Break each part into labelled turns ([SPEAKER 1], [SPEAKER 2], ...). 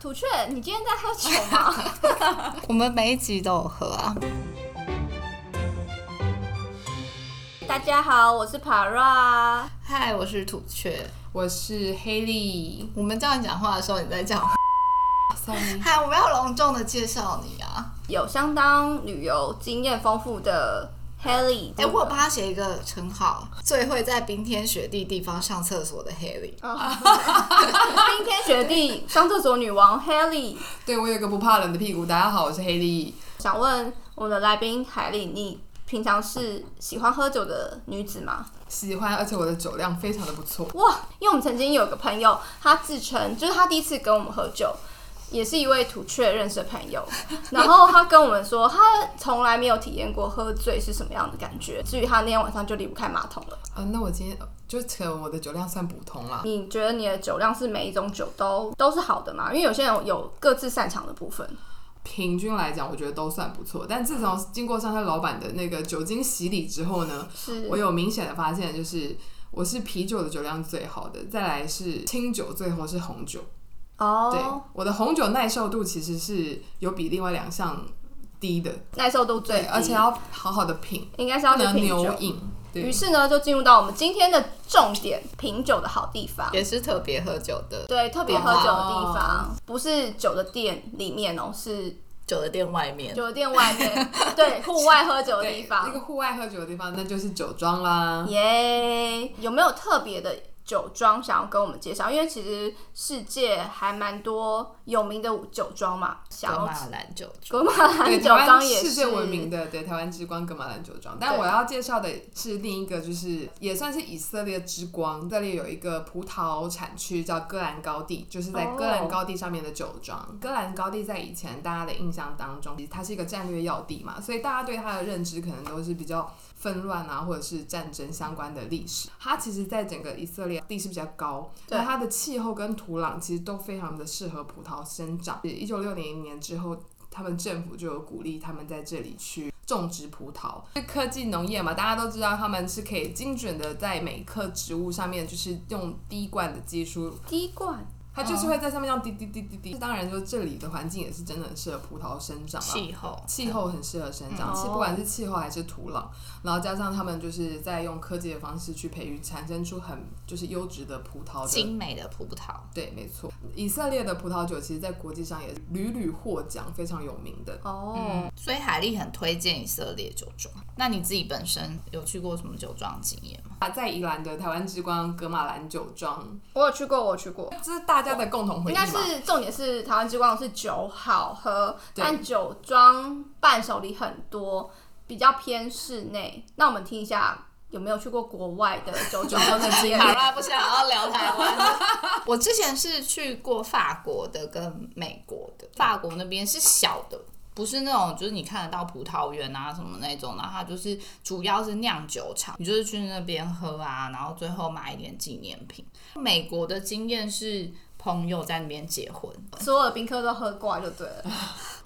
[SPEAKER 1] 土雀，你今天在喝酒吗？
[SPEAKER 2] 我们每一集都有喝啊。
[SPEAKER 1] 大家好，我是 Para。
[SPEAKER 2] 嗨，我是土雀。
[SPEAKER 3] 我是黑莉
[SPEAKER 2] 我们叫你讲话的时候，你在讲。
[SPEAKER 3] ，sorry，
[SPEAKER 2] 嗨，我们要隆重的介绍你啊！
[SPEAKER 1] 有相当旅游经验丰富的 Haley，
[SPEAKER 2] 哎、我有帮他写一个称号，最会在冰天雪地地方上厕所的 Haley。
[SPEAKER 1] 哦 冰天雪地上厕所女王 Haley。
[SPEAKER 3] 对我有个不怕冷的屁股。大家好，我是黑莉。
[SPEAKER 1] 想问我们的来宾海莉，你平常是喜欢喝酒的女子吗？
[SPEAKER 3] 喜欢，而且我的酒量非常的不错。
[SPEAKER 1] 哇，因为我们曾经有个朋友，他自称就是他第一次跟我们喝酒，也是一位土雀认识的朋友，然后他跟我们说，他从来没有体验过喝醉是什么样的感觉。至于他那天晚上就离不开马桶了。
[SPEAKER 3] 嗯，那我今天就可能我的酒量算普通啦。
[SPEAKER 1] 你觉得你的酒量是每一种酒都都是好的吗？因为有些人有各自擅长的部分。
[SPEAKER 3] 平均来讲，我觉得都算不错。但自从经过上菜老板的那个酒精洗礼之后呢，
[SPEAKER 1] 是
[SPEAKER 3] 我有明显的发现，就是我是啤酒的酒量最好的，再来是清酒，最后是红酒。对
[SPEAKER 1] 哦，，
[SPEAKER 3] 我的红酒耐受度其实是有比另外两项低的，
[SPEAKER 1] 耐受度最
[SPEAKER 3] 对，
[SPEAKER 1] 低，
[SPEAKER 3] 而且要好好的品，
[SPEAKER 1] 应该是
[SPEAKER 3] 不
[SPEAKER 1] 要去
[SPEAKER 3] 能
[SPEAKER 1] 品酒
[SPEAKER 3] 牛饮。对
[SPEAKER 1] 于，是呢，就进入到我们今天的重点——品酒的好地方。
[SPEAKER 2] 也是特别喝酒的
[SPEAKER 1] 对，特别喝酒的地
[SPEAKER 3] 哦
[SPEAKER 1] 方，不是酒的店里面哦，是
[SPEAKER 2] 酒的店外面，
[SPEAKER 1] 酒店外 面，对，户外喝酒的地
[SPEAKER 3] 对，那个
[SPEAKER 1] 方。
[SPEAKER 3] 户外喝酒的地方，那就是酒庄啦。
[SPEAKER 1] 耶有没有特别的酒庄想要跟我们介绍？因为其实世界还蛮多有名的酒庄嘛，想
[SPEAKER 2] 格
[SPEAKER 1] 要
[SPEAKER 2] 马兰酒庄。
[SPEAKER 1] 格马兰
[SPEAKER 3] 对，
[SPEAKER 1] 酒
[SPEAKER 3] 台
[SPEAKER 1] 庄
[SPEAKER 3] 湾
[SPEAKER 1] 也是
[SPEAKER 3] 世界闻名的，对，台湾之光格马兰酒庄。但
[SPEAKER 1] 对
[SPEAKER 3] 我要介绍的是另一个，就是也算是以色列之光。以色列有一个葡萄产区叫戈兰高地，就是在
[SPEAKER 1] 哦
[SPEAKER 3] 戈兰高地上面的酒庄。戈兰高地在以前大家的印象当中，它是一个战略要地嘛，所以大家对它的认知可能都是比较纷乱啊，或者是战争相关的历史。它其实，在整个以色列地势比较高，
[SPEAKER 1] 对
[SPEAKER 3] 那它的气候跟土壤其实都非常的适合葡萄生长。一九六零年之后，他们政府就有鼓励他们在这里去种植葡萄，是科技农业嘛，大家都知道他们是可以精准的在每一棵植物上面，就是用滴灌的技术。
[SPEAKER 1] 滴灌
[SPEAKER 3] 它就是会在上面这样滴滴滴滴滴，当然就这里的环境也是真的很适合葡萄生长啊。
[SPEAKER 2] 气候，哦
[SPEAKER 3] 气候很适合生
[SPEAKER 1] 嗯
[SPEAKER 3] 长，气不管是气候还是土壤，然后加上他们就是在用科技的方式去培育，产生出很就是优质的葡萄的
[SPEAKER 2] 精美的葡萄，
[SPEAKER 3] 对，没错，以色列的葡萄酒其实在国际上也屡屡获奖，非常有名的。
[SPEAKER 1] 哦，
[SPEAKER 3] 嗯
[SPEAKER 2] 所以海莉很推荐以色列酒庄。那你自己本身有去过什么酒庄经验吗？
[SPEAKER 3] 啊，在宜兰的台湾之光格马兰酒庄，
[SPEAKER 1] 我有去过，我有去过。
[SPEAKER 3] 这是大家的共同回
[SPEAKER 1] 应
[SPEAKER 3] 忆
[SPEAKER 1] 该
[SPEAKER 3] 嘛？
[SPEAKER 1] 是重点是台湾之光是酒好喝，
[SPEAKER 3] 对
[SPEAKER 1] 但酒庄伴手礼很多，比较偏室内。那我们听一下有没有去过国外的酒庄的经 验？
[SPEAKER 2] 好啦，不想要聊台湾了。 我之前是去过法国的跟美国的，法国那边是小的。不是那种，就是你看得到葡萄园啊什么那种，然后它就是主要是酿酒厂，你就是去那边喝啊，然后最后买一点纪念品。美国的经验是朋友在那边结婚，
[SPEAKER 1] 所有的宾客都喝挂就对了。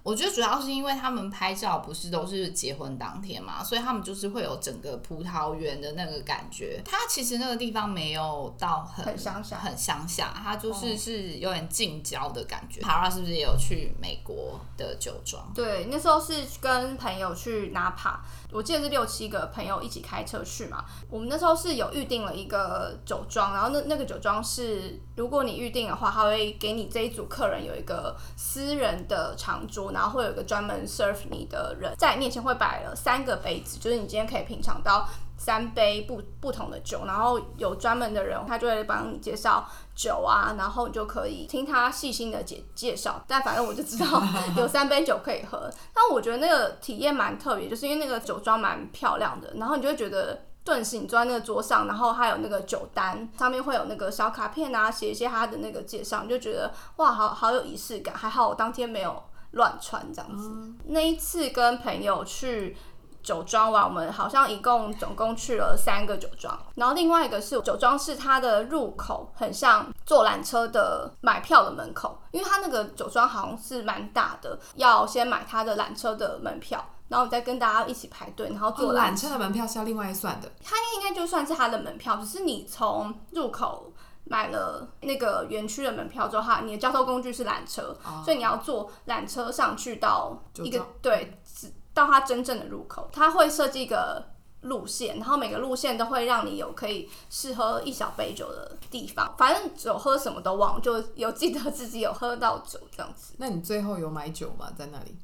[SPEAKER 2] 我觉得主要是因为他们拍照不是都是结婚当天嘛，所以他们就是会有整个葡萄园的那个感觉。它其实那个地方没有到很
[SPEAKER 1] 很乡下
[SPEAKER 2] 很乡下，它就是是有点近郊的感觉。塔拉是不是也有去美国的酒庄？
[SPEAKER 1] 对，那时候是跟朋友去纳帕，我记得是六七个朋友一起开车去嘛。我们那时候是有预定了一个酒庄，然后那那个酒庄是，如果你预定的话，他会给你这一组客人有一个私人的长桌，然后会有一个专门 serve 你的人在你面前会摆了三个杯子，就是你今天可以品尝到。三杯不不同的酒，然后有专门的人，他就会帮你介绍酒啊，然后你就可以听他细心的介介绍。但反正我就知道有三杯酒可以喝，但我觉得那个体验蛮特别，就是因为那个酒庄蛮漂亮的，然后你就会觉得。顿时你坐在那个桌上，然后还有那个酒单，上面会有那个小卡片啊，写一些他的那个介绍，你就觉得哇，好好有仪式感。还好我当天没有乱穿这样子。那一次跟朋友去酒庄玩，我们好像一共总共去了三个酒庄，然后另外一个是酒庄是它的入口很像坐缆车的买票的门口，因为它那个酒庄好像是蛮大的，要先买它的缆车的门票，然后你再跟大家一起排队，然后坐
[SPEAKER 3] 坐
[SPEAKER 1] 缆
[SPEAKER 3] 缆车的门票是要另外算的，
[SPEAKER 1] 它应该就算是它的门票，只是你从入口买了那个园区的门票之后，哈，你的交通工具是缆车，
[SPEAKER 3] 哦
[SPEAKER 1] 所以你要坐缆车上去到
[SPEAKER 3] 就
[SPEAKER 1] 一个
[SPEAKER 3] 到
[SPEAKER 1] 对，只到它真正的入口，它会设计一个路线，然后每个路线都会让你有可以试喝一小杯酒的地方，反正酒喝什么都忘了，就有记得自己有喝到酒这样子。
[SPEAKER 3] 那你最后有买酒吗？在那里？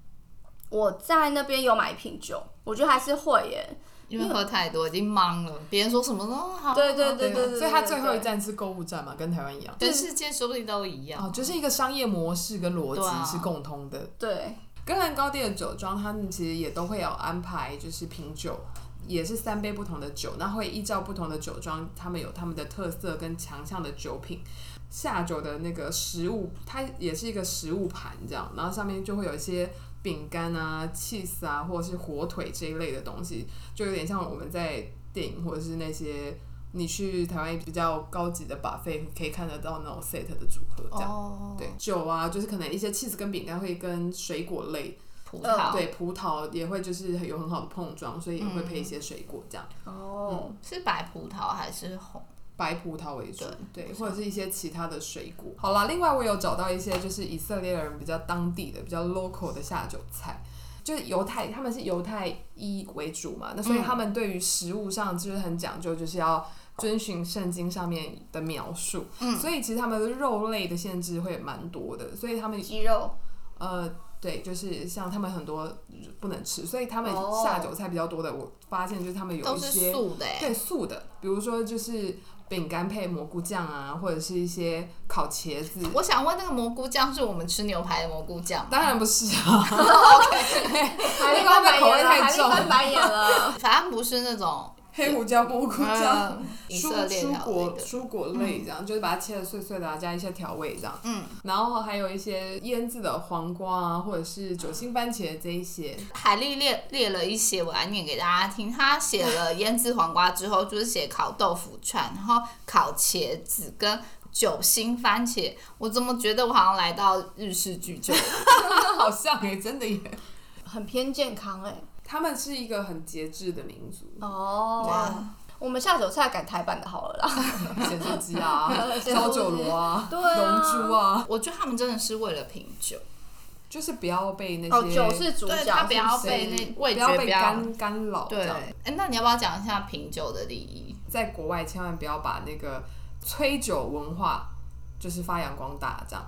[SPEAKER 1] 我在那边有买一瓶酒，我觉得还是会耶，
[SPEAKER 2] 因为喝太多已经懵了，别人说什么都好，
[SPEAKER 1] 对对对对对，
[SPEAKER 3] 哦啊所以它最后
[SPEAKER 1] 对
[SPEAKER 3] 一站是购物站嘛，跟台湾一样。
[SPEAKER 2] 全世界说不定都一样。
[SPEAKER 3] 哦，就是一个商业模式跟逻
[SPEAKER 2] 对啊
[SPEAKER 3] 辑是共通的。
[SPEAKER 1] 对，
[SPEAKER 3] 格兰高地的酒庄，他们其实也都会有安排，就是品酒，也是三杯不同的酒，那会依照不同的酒庄，他们有他们的特色跟强项的酒品。下酒的那个食物，它也是一个食物盘这样，然后上面就会有一些饼干啊、cheese 啊，或者是火腿这一类的东西，就有点像我们在电影或者是那些你去台湾比较高级的 buffet 可以看得到那种 set 的组合这样。
[SPEAKER 2] 哦，
[SPEAKER 3] 对，酒啊，就是可能一些 cheese 跟饼干会跟水果类，
[SPEAKER 2] 葡
[SPEAKER 1] 呃
[SPEAKER 2] 萄，
[SPEAKER 3] 对，葡萄也会就是有很好的碰撞，所以也会
[SPEAKER 2] 嗯
[SPEAKER 3] 配一些水果这样，
[SPEAKER 1] 哦，
[SPEAKER 2] 是白葡萄还是红？
[SPEAKER 3] 白葡萄为主，对，或者是一些其他的水果。好啦，另外我有找到一些就是以色列人比较当地的、比较 local 的下酒菜。就是犹太，他们是犹太一为主嘛，那所以
[SPEAKER 2] 嗯
[SPEAKER 3] 他们对于食物上就是很讲究，就是要遵循圣经上面的描述，
[SPEAKER 2] 嗯
[SPEAKER 3] 所以其实他们的肉类的限制会蛮多的，所以他们
[SPEAKER 1] 鸡肉，
[SPEAKER 3] 呃，对，就是像他们很多不能吃，所以他们
[SPEAKER 1] 哦
[SPEAKER 3] 下酒菜比较多的，我发现就是他们有
[SPEAKER 2] 都
[SPEAKER 3] 一
[SPEAKER 2] 是
[SPEAKER 3] 些
[SPEAKER 2] 素的哎，
[SPEAKER 3] 对素的，比如说就是饼干配蘑菇酱啊，或者是一些烤茄子。
[SPEAKER 2] 我想问，那个蘑菇酱是我们吃牛排的蘑菇酱吗？
[SPEAKER 3] 当然不是 啊，
[SPEAKER 1] 海
[SPEAKER 3] 那个口味太
[SPEAKER 1] 海
[SPEAKER 3] 重
[SPEAKER 1] 丽翻白眼了。
[SPEAKER 2] 反正不是那种
[SPEAKER 3] 黑胡椒蘑 菇酱。
[SPEAKER 2] 嗯以
[SPEAKER 3] 蔬
[SPEAKER 2] 色列
[SPEAKER 3] 蔬
[SPEAKER 2] 料理
[SPEAKER 3] 果
[SPEAKER 2] 的，嗯
[SPEAKER 3] 蔬果类这样，就是把它切的碎碎的、啊，加一些调味这样。嗯，然后还有一些腌制的黄瓜啊，或者是酒心番茄这一些。
[SPEAKER 2] 海丽列列了一些，我来念给大家听。他写了腌制黄瓜之后，就是写烤豆腐串，然后烤茄子跟酒心番茄。我怎么觉得我好像来到日式居酒屋？
[SPEAKER 3] 好像哎、真的耶！
[SPEAKER 1] 很偏健康哎、
[SPEAKER 3] 他们是一个很节制的民族，
[SPEAKER 1] 哦
[SPEAKER 2] 哇
[SPEAKER 1] 我们下酒菜改台版的好了啦。，
[SPEAKER 3] 咸猪鸡啊
[SPEAKER 1] 咸
[SPEAKER 3] 烧
[SPEAKER 1] 猪鸡
[SPEAKER 3] 酒螺啊，
[SPEAKER 1] 对啊
[SPEAKER 3] 龙珠啊，
[SPEAKER 2] 我觉得他们真的是为了品酒，
[SPEAKER 3] 就是不要被那些、
[SPEAKER 1] 哦，酒是主
[SPEAKER 2] 对
[SPEAKER 1] 角，
[SPEAKER 2] 他不要
[SPEAKER 1] 是是
[SPEAKER 2] 被那
[SPEAKER 3] 不
[SPEAKER 2] 味
[SPEAKER 3] 要
[SPEAKER 2] 觉
[SPEAKER 3] 被干干扰。
[SPEAKER 2] 对。
[SPEAKER 3] 这样
[SPEAKER 2] 哎、那你要不要讲一下品酒的礼仪？
[SPEAKER 3] 在国外千万不要把那个催酒文化就是发扬光大，这样、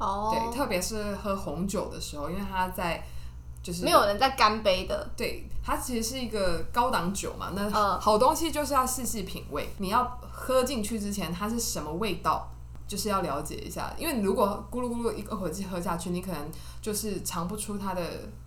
[SPEAKER 3] 对，
[SPEAKER 1] 哦，
[SPEAKER 3] 特别是喝红酒的时候，因为它在就是
[SPEAKER 1] 没有人在干杯的。
[SPEAKER 3] 对，它其实是一个高档酒嘛。那
[SPEAKER 1] 嗯
[SPEAKER 3] 好东西就是要细细品味，你要喝进去之前它是什么味道，就是要了解一下。因为你如果咕噜咕噜一口气喝下去，你可能就是尝不出它的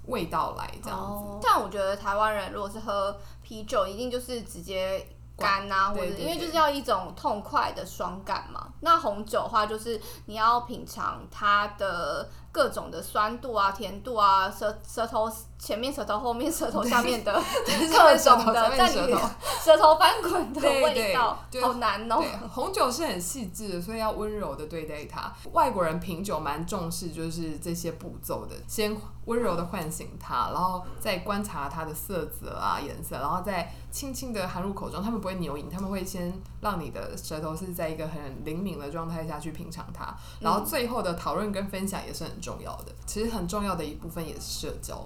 [SPEAKER 3] 味道来，这样子。
[SPEAKER 1] 哦，但我觉得台湾人如果是喝啤酒，一定就是直接干啊，或
[SPEAKER 3] 对
[SPEAKER 1] 者
[SPEAKER 3] 对
[SPEAKER 1] 因为
[SPEAKER 3] 对
[SPEAKER 1] 就是要一种痛快的爽感嘛。那红酒的话，就是你要品尝它的各种的酸度啊、甜度啊，舌舌头前面、舌头后面、舌头下面 的 各
[SPEAKER 3] 舌头
[SPEAKER 1] 种
[SPEAKER 3] 上
[SPEAKER 1] 的，
[SPEAKER 3] 面
[SPEAKER 1] 在
[SPEAKER 3] 舌
[SPEAKER 1] 你
[SPEAKER 3] 头
[SPEAKER 1] 舌头翻滚的
[SPEAKER 3] 对
[SPEAKER 1] 味
[SPEAKER 3] 对
[SPEAKER 1] 道，
[SPEAKER 3] 就
[SPEAKER 1] 好难哦。
[SPEAKER 3] 对，红酒是很细致的，所以要温柔的对待它。外国人品酒蛮重视，就是这些步骤的，先温柔的唤醒它，然后再观察它的色泽啊、颜色，然后再轻轻的含入口中。他们不会牛饮，他们会先让你的舌头是在一个很灵敏的状态下去品尝它，
[SPEAKER 1] 嗯
[SPEAKER 3] 然后最后的讨论跟分享也是很重要的。其实很重要的一部分也是社交。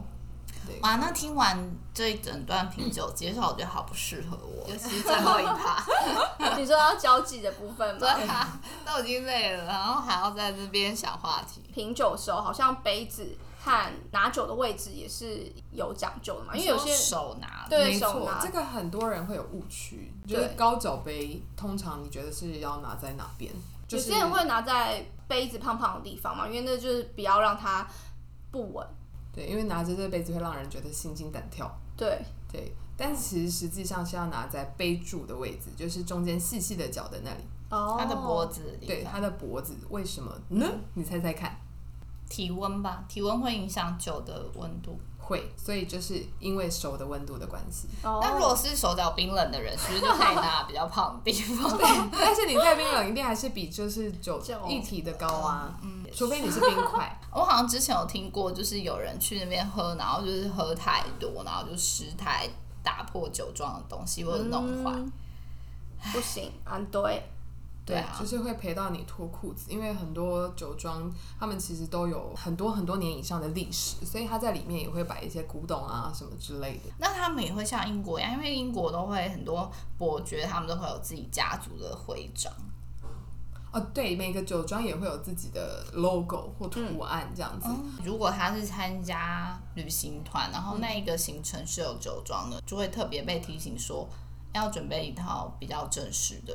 [SPEAKER 3] 对
[SPEAKER 2] 哇，那听完这一整段品酒介绍，我觉得好不适合我，尤其是最后一趴。
[SPEAKER 1] 你说要交际的部分吗？
[SPEAKER 2] 对啊，都已经累了，然后还要在这边想话题。
[SPEAKER 1] 品酒的时候，好像杯子和拿酒的位置也是有讲究的嘛，因为有
[SPEAKER 2] 你说
[SPEAKER 1] 些
[SPEAKER 2] 手拿的，
[SPEAKER 1] 对
[SPEAKER 3] 没
[SPEAKER 1] 手
[SPEAKER 3] 错
[SPEAKER 1] 拿，
[SPEAKER 3] 这个很多人会有误区，就是
[SPEAKER 1] 对
[SPEAKER 3] 高脚杯通常你觉得是要拿在哪边？就
[SPEAKER 1] 有
[SPEAKER 3] 是
[SPEAKER 1] 些人会拿在杯子胖胖的地方嘛，因为那就是不要让它不稳。
[SPEAKER 3] 对，因为拿着这个杯子会让人觉得心惊胆跳。
[SPEAKER 1] 对，
[SPEAKER 3] 对，但其实实际上是要拿在杯柱的位置，就是中间细细的角的那里，
[SPEAKER 1] 哦
[SPEAKER 2] 他的脖子的地
[SPEAKER 3] 对，
[SPEAKER 2] 方
[SPEAKER 3] 它的脖子。为什么呢？你猜猜看。
[SPEAKER 2] 体温吧，体温会影响酒的温度。
[SPEAKER 3] 会，所以就是因为手的温度的关系。
[SPEAKER 1] 哦
[SPEAKER 2] 那如果是手脚冰冷的人，是不是就可以拿比较胖的地方？
[SPEAKER 3] 但是你在冰冷一定还是比就是酒
[SPEAKER 1] 酒
[SPEAKER 3] 一体的高啊，除非你是冰块。
[SPEAKER 2] 我好像之前有听过，就是有人去那边喝，然后就是喝太多，然后就失态，
[SPEAKER 1] 嗯
[SPEAKER 2] 打破酒庄的东西或者弄坏。
[SPEAKER 1] 不行啊，对，
[SPEAKER 2] 对啊
[SPEAKER 3] 就，是会陪到你脱裤子，因为很多酒庄他们其实都有很多很多年以上的历史，所以它在里面也会摆一些古董啊什么之类的。
[SPEAKER 2] 那他们也会像英国一样，因为英国都会很多伯爵，他们都会有自己家族的徽章。
[SPEAKER 3] 哦，对，每个酒庄也会有自己的 logo 或图案这样子。
[SPEAKER 2] 如果他是参加旅行团，然后那一个行程是有酒庄的，就会特别被提醒说要准备一套比较正式的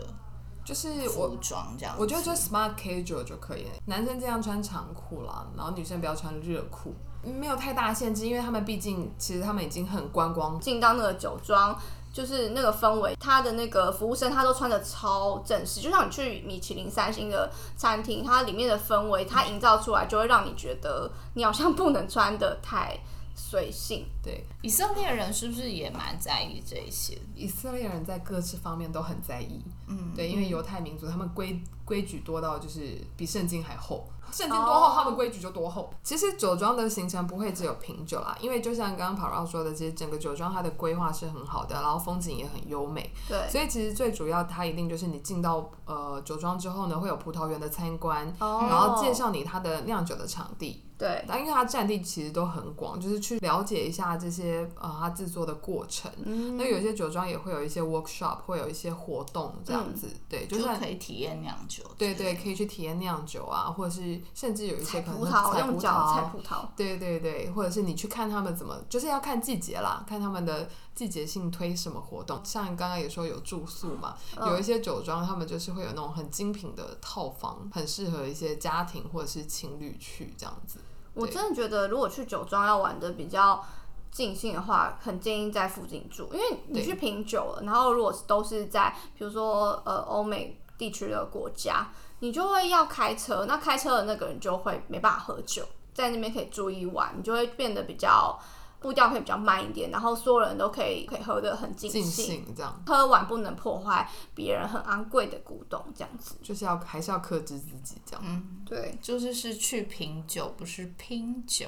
[SPEAKER 3] 就是我
[SPEAKER 2] 服装，这样子。
[SPEAKER 3] 我觉得就 smart casual 就可以了。男生尽量穿长裤啦，然后女生不要穿热裤，没有太大的限制，因为他们毕竟其实他们已经很观光。
[SPEAKER 1] 进到那个酒庄，就是那个氛围，他的那个服务生他都穿的超正式，就像你去米其林三星的餐厅，它里面的氛围，它营造出来就会让你觉得你好像不能穿的太随性。
[SPEAKER 3] 对，
[SPEAKER 2] 以色列人是不是也蛮在意这一些？
[SPEAKER 3] 以色列人在各式方面都很在意，嗯，对，因为犹太民族他们规规矩多到就是比圣经还厚，圣经多厚
[SPEAKER 1] 哦
[SPEAKER 3] 他们规矩就多厚。其实酒庄的行程不会只有品酒啦，因为就像刚刚跑绕说的，其实整个酒庄它的规划是很好的，然后风景也很优美，
[SPEAKER 1] 对，
[SPEAKER 3] 所以其实最主要，它一定就是你进到呃酒庄之后呢，会有葡萄园的参观，
[SPEAKER 1] 哦
[SPEAKER 3] 然后介绍你它的酿酒的场地。
[SPEAKER 1] 对，
[SPEAKER 3] 但因为它占地其实都很广，就是去了解一下这些呃它制作的过程。
[SPEAKER 1] 嗯
[SPEAKER 3] 那有些酒庄也会有一些 workshop，会有一些活动这
[SPEAKER 1] 嗯
[SPEAKER 3] 样子，对，就
[SPEAKER 2] 就是
[SPEAKER 3] 算。
[SPEAKER 2] 可以体验酿酒。
[SPEAKER 3] 对对，可以去体验酿酒啊，或者是甚至有一
[SPEAKER 1] 采
[SPEAKER 3] 些可能
[SPEAKER 1] 葡
[SPEAKER 3] 会
[SPEAKER 1] 萄
[SPEAKER 3] 采
[SPEAKER 1] 用
[SPEAKER 3] 葡
[SPEAKER 1] 脚
[SPEAKER 3] 萄
[SPEAKER 1] 采葡萄，
[SPEAKER 3] 对对对，或者是你去看他们怎么，就是要看季节啦，看他们的季节性推什么活动。像刚刚也说有住宿嘛，
[SPEAKER 1] 嗯
[SPEAKER 3] 有一些酒庄他们就是会有那种很精品的套房，很适合一些家庭或者是情侣去这样子。
[SPEAKER 1] 我
[SPEAKER 3] 对
[SPEAKER 1] 真的觉得，如果去酒庄要玩的比较尽兴的话，很建议在附近住，因为你去品酒了，然后如果都是在比如说呃欧美地区的国家，你就会要开车，那开车的那个人就会没办法喝酒，在那边可以住一晚，你就会变得比较步调可以比较慢一点，然后所有人都可以可以喝得很尽
[SPEAKER 3] 尽
[SPEAKER 1] 兴。
[SPEAKER 3] 兴这样，
[SPEAKER 1] 喝完不能破坏别人很昂贵的古董，这样子。
[SPEAKER 3] 就是要还是要克制自己这样。
[SPEAKER 1] 对，
[SPEAKER 2] 嗯就是是去品酒，不是拼酒。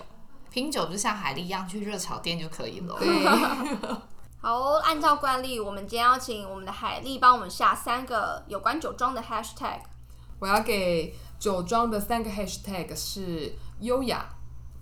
[SPEAKER 2] 拼酒就像海丽一样去热炒店就可以了。
[SPEAKER 3] 对，
[SPEAKER 1] 好哦，按照惯例，我们今天要请我们的海丽帮我们下三个有关酒庄的 hashtag。
[SPEAKER 3] 我要给酒庄的三个 hashtag 是优雅、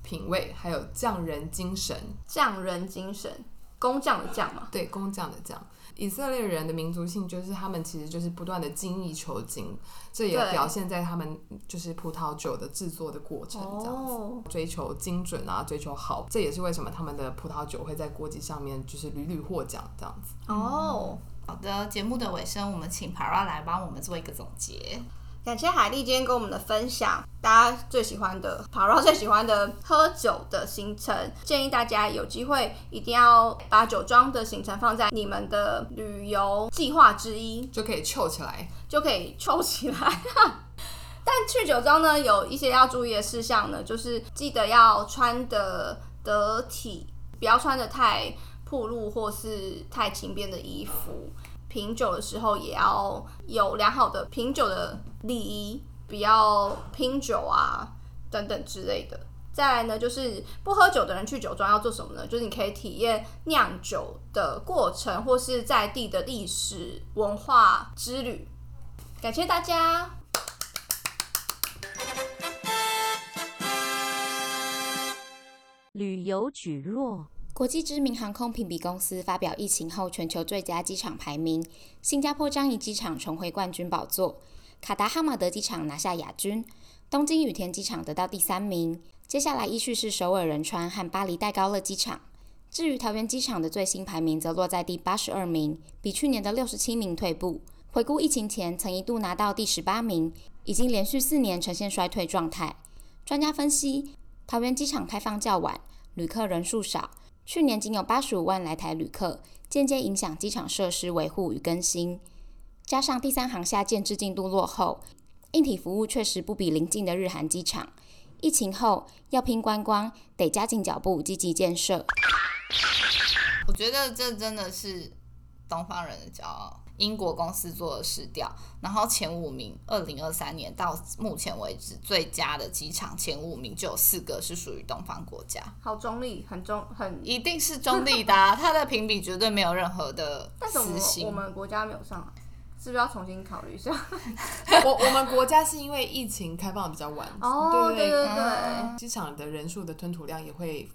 [SPEAKER 3] 品味，还有匠人精神。
[SPEAKER 1] 匠人精神，工匠的匠嘛。
[SPEAKER 3] 对，工匠的匠。以色列人的民族性就是他们其实就是不断的精益求精，这也
[SPEAKER 1] 对
[SPEAKER 3] 表现在他们就是葡萄酒的制作的过程
[SPEAKER 1] 哦
[SPEAKER 3] 这样子。，追求精准啊，追求好，这也是为什么他们的葡萄酒会在国际上面就是屡屡获奖这样子。
[SPEAKER 1] 哦，
[SPEAKER 2] 好的，节目的尾声，我们请 Para 来帮我们做一个总结。
[SPEAKER 1] 感谢海丽今天跟我们的分享，大家最喜欢的跑绕最喜欢的喝酒的行程，建议大家有机会一定要把酒庄的行程放在你们的旅游计划之一，
[SPEAKER 3] 就可以凑 起来，
[SPEAKER 1] 就可以抽起来。 但去酒庄呢，有一些要注意的事项呢，就是记得要穿的得体，不要穿的太暴露或是太轻便的衣服。品酒的时候也要有良好的品酒的礼仪，不要拼酒啊等等之类的。再来呢，就是不喝酒的人去酒庄要做什么呢？就是你可以体验酿酒的过程，或是在地的历史文化之旅。感谢大家。
[SPEAKER 4] 旅游举弱。
[SPEAKER 5] 国际知名航空评比公司发表疫情后全球最佳机场排名，新加坡樟宜机场重回冠军宝座，卡达哈马德机场拿下亚军，东京羽田机场得到第三名。接下来依序是首尔仁川和巴黎戴高乐机场。至于桃园机场的最新排名则落在第八十二名，比去年的六十七名退步。回顾疫情前，曾一度拿到第十八名，已经连续四年呈现衰退状态。专家分析，桃园机场开放较晚，旅客人数少，去年仅有八十五万来台旅客，间接影响机场设施维护与更新。加上第三航厦建制进度落后，硬体服务确实不比邻近的日韩机场。疫情后要拼观光，得加紧脚步，积极建设。
[SPEAKER 2] 我觉得这真的是东方人的骄傲。英国公司做的市调，然后前五名，二零二三年到目前为止最佳的机场前五名就有四个是属于东方国家，
[SPEAKER 1] 好中立，很中很，
[SPEAKER 2] 一定 是中立的、啊，它的评比绝对没有任何的
[SPEAKER 1] 但是我
[SPEAKER 2] 私
[SPEAKER 1] 们我
[SPEAKER 2] 心。
[SPEAKER 1] 们国家没有上来，啊是不是要重新考虑一下？
[SPEAKER 3] 我我们国家是因为疫情开放的比较晚，
[SPEAKER 1] 哦， 对
[SPEAKER 3] 对
[SPEAKER 1] 对对，
[SPEAKER 2] 嗯
[SPEAKER 3] 机场的人数的吞吐量也会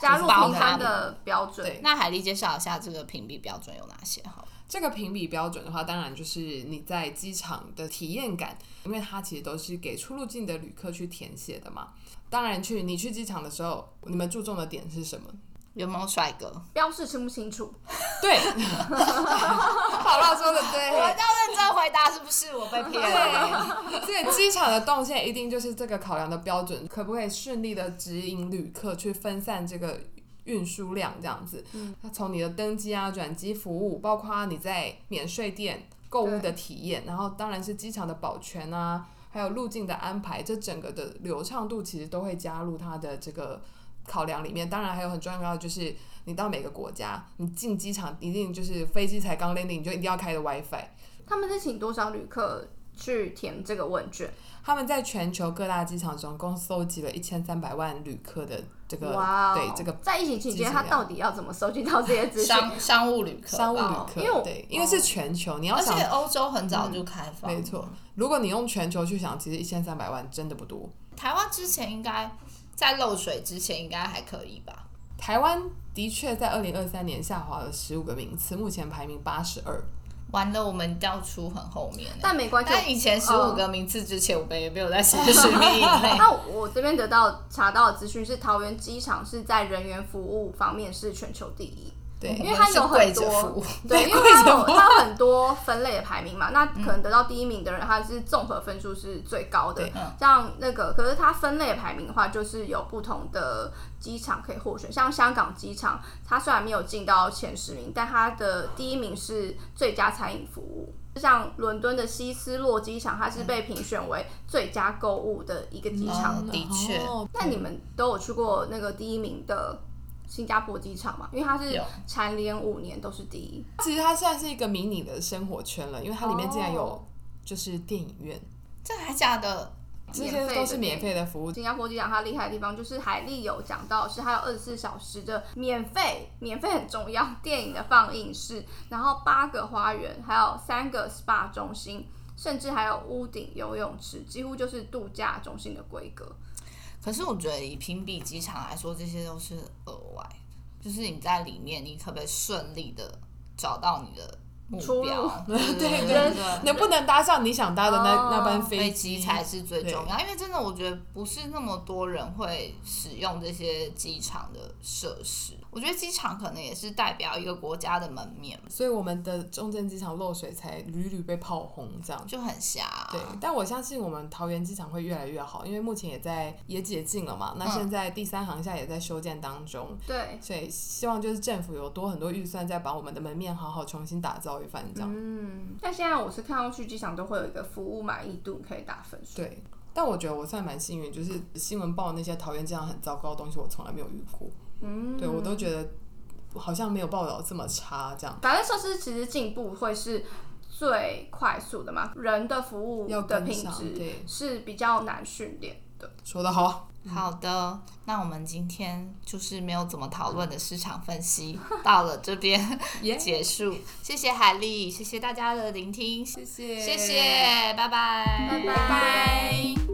[SPEAKER 1] 加入
[SPEAKER 2] 包
[SPEAKER 1] 平
[SPEAKER 2] 含
[SPEAKER 1] 摊的标准
[SPEAKER 3] 对，
[SPEAKER 2] 那海丽介绍一下这个评比标准有哪些好了？
[SPEAKER 3] 这个评比标准的话，当然就是你在机场的体验感，因为它其实都是给出入境的旅客去填写的嘛。当然去你去机场的时候，你们注重的点是什么？
[SPEAKER 2] 有没有帅哥？
[SPEAKER 1] 标示清不清楚？
[SPEAKER 3] 对， 宝宝说的对。
[SPEAKER 2] 我要认真回答，是不是我被骗了？
[SPEAKER 3] 这机场的动线一定就是这个考量的标准，可不可以顺利的指引旅客去分散这个运输量这样子？那从你的登机啊、转机服务，包括你在免税店购物的体验，然后当然是机场的保全啊，还有路径的安排，这整个的流畅度其实都会加入它的这个。考量里面，当然还有很重要的就是，你到每个国家，你进机场一定就是飞机才刚 landing，你就一定要开的 WiFi，
[SPEAKER 1] 他们是请多少旅客去填这个问卷？
[SPEAKER 3] 他们在全球各大机场总共搜集了一千三百万旅客的这个
[SPEAKER 1] 哇、哦，
[SPEAKER 3] 对这个
[SPEAKER 1] 在疫情期间，他
[SPEAKER 3] 机场量
[SPEAKER 1] 到底要怎么收集到这些资讯？
[SPEAKER 2] 商商务旅客吧，
[SPEAKER 3] 商务旅客，
[SPEAKER 1] 哦因为我
[SPEAKER 3] 对，因为是全球，你要
[SPEAKER 2] 而
[SPEAKER 3] 想
[SPEAKER 2] 且，欧洲很早就开放，
[SPEAKER 3] 没错，如果你用全球去想，其实一千三百万真的不多。
[SPEAKER 2] 台湾之前应该在漏水之前应该还可以吧？
[SPEAKER 3] 台湾的确在二零二三年下滑了十五个名次，目前排名八十二。
[SPEAKER 2] 完了，我们掉出很后面欸。
[SPEAKER 1] 但没关
[SPEAKER 3] 哎
[SPEAKER 1] 系，
[SPEAKER 2] 但以前十五个名次之前，我们也没有在三十名以内。
[SPEAKER 1] 那我这边得到查到的资讯是，桃园机场是在人员服务方面是全球第一，
[SPEAKER 3] 对
[SPEAKER 1] 因为它有
[SPEAKER 2] 我们
[SPEAKER 1] 很
[SPEAKER 2] 是跪着服
[SPEAKER 1] 多
[SPEAKER 2] 务， 嗯
[SPEAKER 1] 对，因为它有它有很多分类的排名嘛，那可能得到第一名的人，他是综合分数是最高的
[SPEAKER 3] 对，
[SPEAKER 2] 嗯
[SPEAKER 1] 像那个，可是它分类的排名的话，就是有不同的机场可以获选，像香港机场，它虽然没有进到前十名，但它的第一名是最佳餐饮服务。像伦敦的希斯洛机场，它是被评选为最佳购物的一个机场。
[SPEAKER 2] 嗯的确
[SPEAKER 3] 哦
[SPEAKER 1] 那你们都有去过那个第一名的新加坡机场吗？因为它是
[SPEAKER 2] 有
[SPEAKER 1] 蝉联五年都是第一。
[SPEAKER 3] 其实它算是一个迷你的生活圈了，因为它里面竟然有
[SPEAKER 1] 哦
[SPEAKER 3] 就是电影院，
[SPEAKER 2] 这还假的？
[SPEAKER 3] 这些都是免费的服务。
[SPEAKER 1] 新加坡机场它厉害的地方就是海丽有讲到是它有二十四小时的免费，免费很重要，电影的放映室，然后八个花园，还有三个 SPA 中心。甚至还有屋顶游泳池，几乎就是度假中心的规格。
[SPEAKER 2] 可是我觉得以评比机场来说，这些都是额外，就是你在里面，你可不可以顺利的找到你的目
[SPEAKER 1] 出
[SPEAKER 2] 标
[SPEAKER 1] 路？
[SPEAKER 2] 对对
[SPEAKER 1] 对
[SPEAKER 2] 对。
[SPEAKER 3] 能不能搭上你想搭的那、
[SPEAKER 1] 哦
[SPEAKER 3] 那班
[SPEAKER 2] 飞
[SPEAKER 3] 飞
[SPEAKER 2] 机
[SPEAKER 3] 机
[SPEAKER 2] 才是最
[SPEAKER 3] 对
[SPEAKER 2] 重要，因为真的，我觉得不是那么多人会使用这些机场的设施。我觉得机场可能也是代表一个国家的门面，
[SPEAKER 3] 所以我们的中正机场漏水才屡屡被炮轰这样。
[SPEAKER 2] 就很狭、
[SPEAKER 3] 对，但我相信我们桃园机场会越来越好，因为目前也在也解禁了
[SPEAKER 1] 嗯
[SPEAKER 3] 嘛。那现在第三航厦也在修建当中，
[SPEAKER 1] 对，
[SPEAKER 3] 所以希望就是政府有多很多预算，再把我们的门面好好重新打造一番这样。
[SPEAKER 1] 嗯。但现在我是看到去机场都会有一个服务满意度，你可以打分数。
[SPEAKER 3] 对，但我觉得我算蛮幸运，就是新闻报那些桃园机场很糟糕的东西，我从来没有遇过。
[SPEAKER 1] 嗯，
[SPEAKER 3] 对我都觉得好像没有报道这么差这样。
[SPEAKER 1] 反正设施其实进步会是最快速的嘛，人的服务
[SPEAKER 3] 要
[SPEAKER 1] 的
[SPEAKER 3] 跟
[SPEAKER 1] 品
[SPEAKER 3] 上
[SPEAKER 1] 质
[SPEAKER 3] 对
[SPEAKER 1] 是比较难训练的。
[SPEAKER 3] 说得好，
[SPEAKER 2] 好的，那我们今天就是没有怎么讨论的市场分析，到了这边
[SPEAKER 3] 耶
[SPEAKER 2] 结束。谢谢海丽，谢谢大家的聆听，谢
[SPEAKER 3] 谢谢
[SPEAKER 2] 谢，拜拜，
[SPEAKER 1] 拜拜。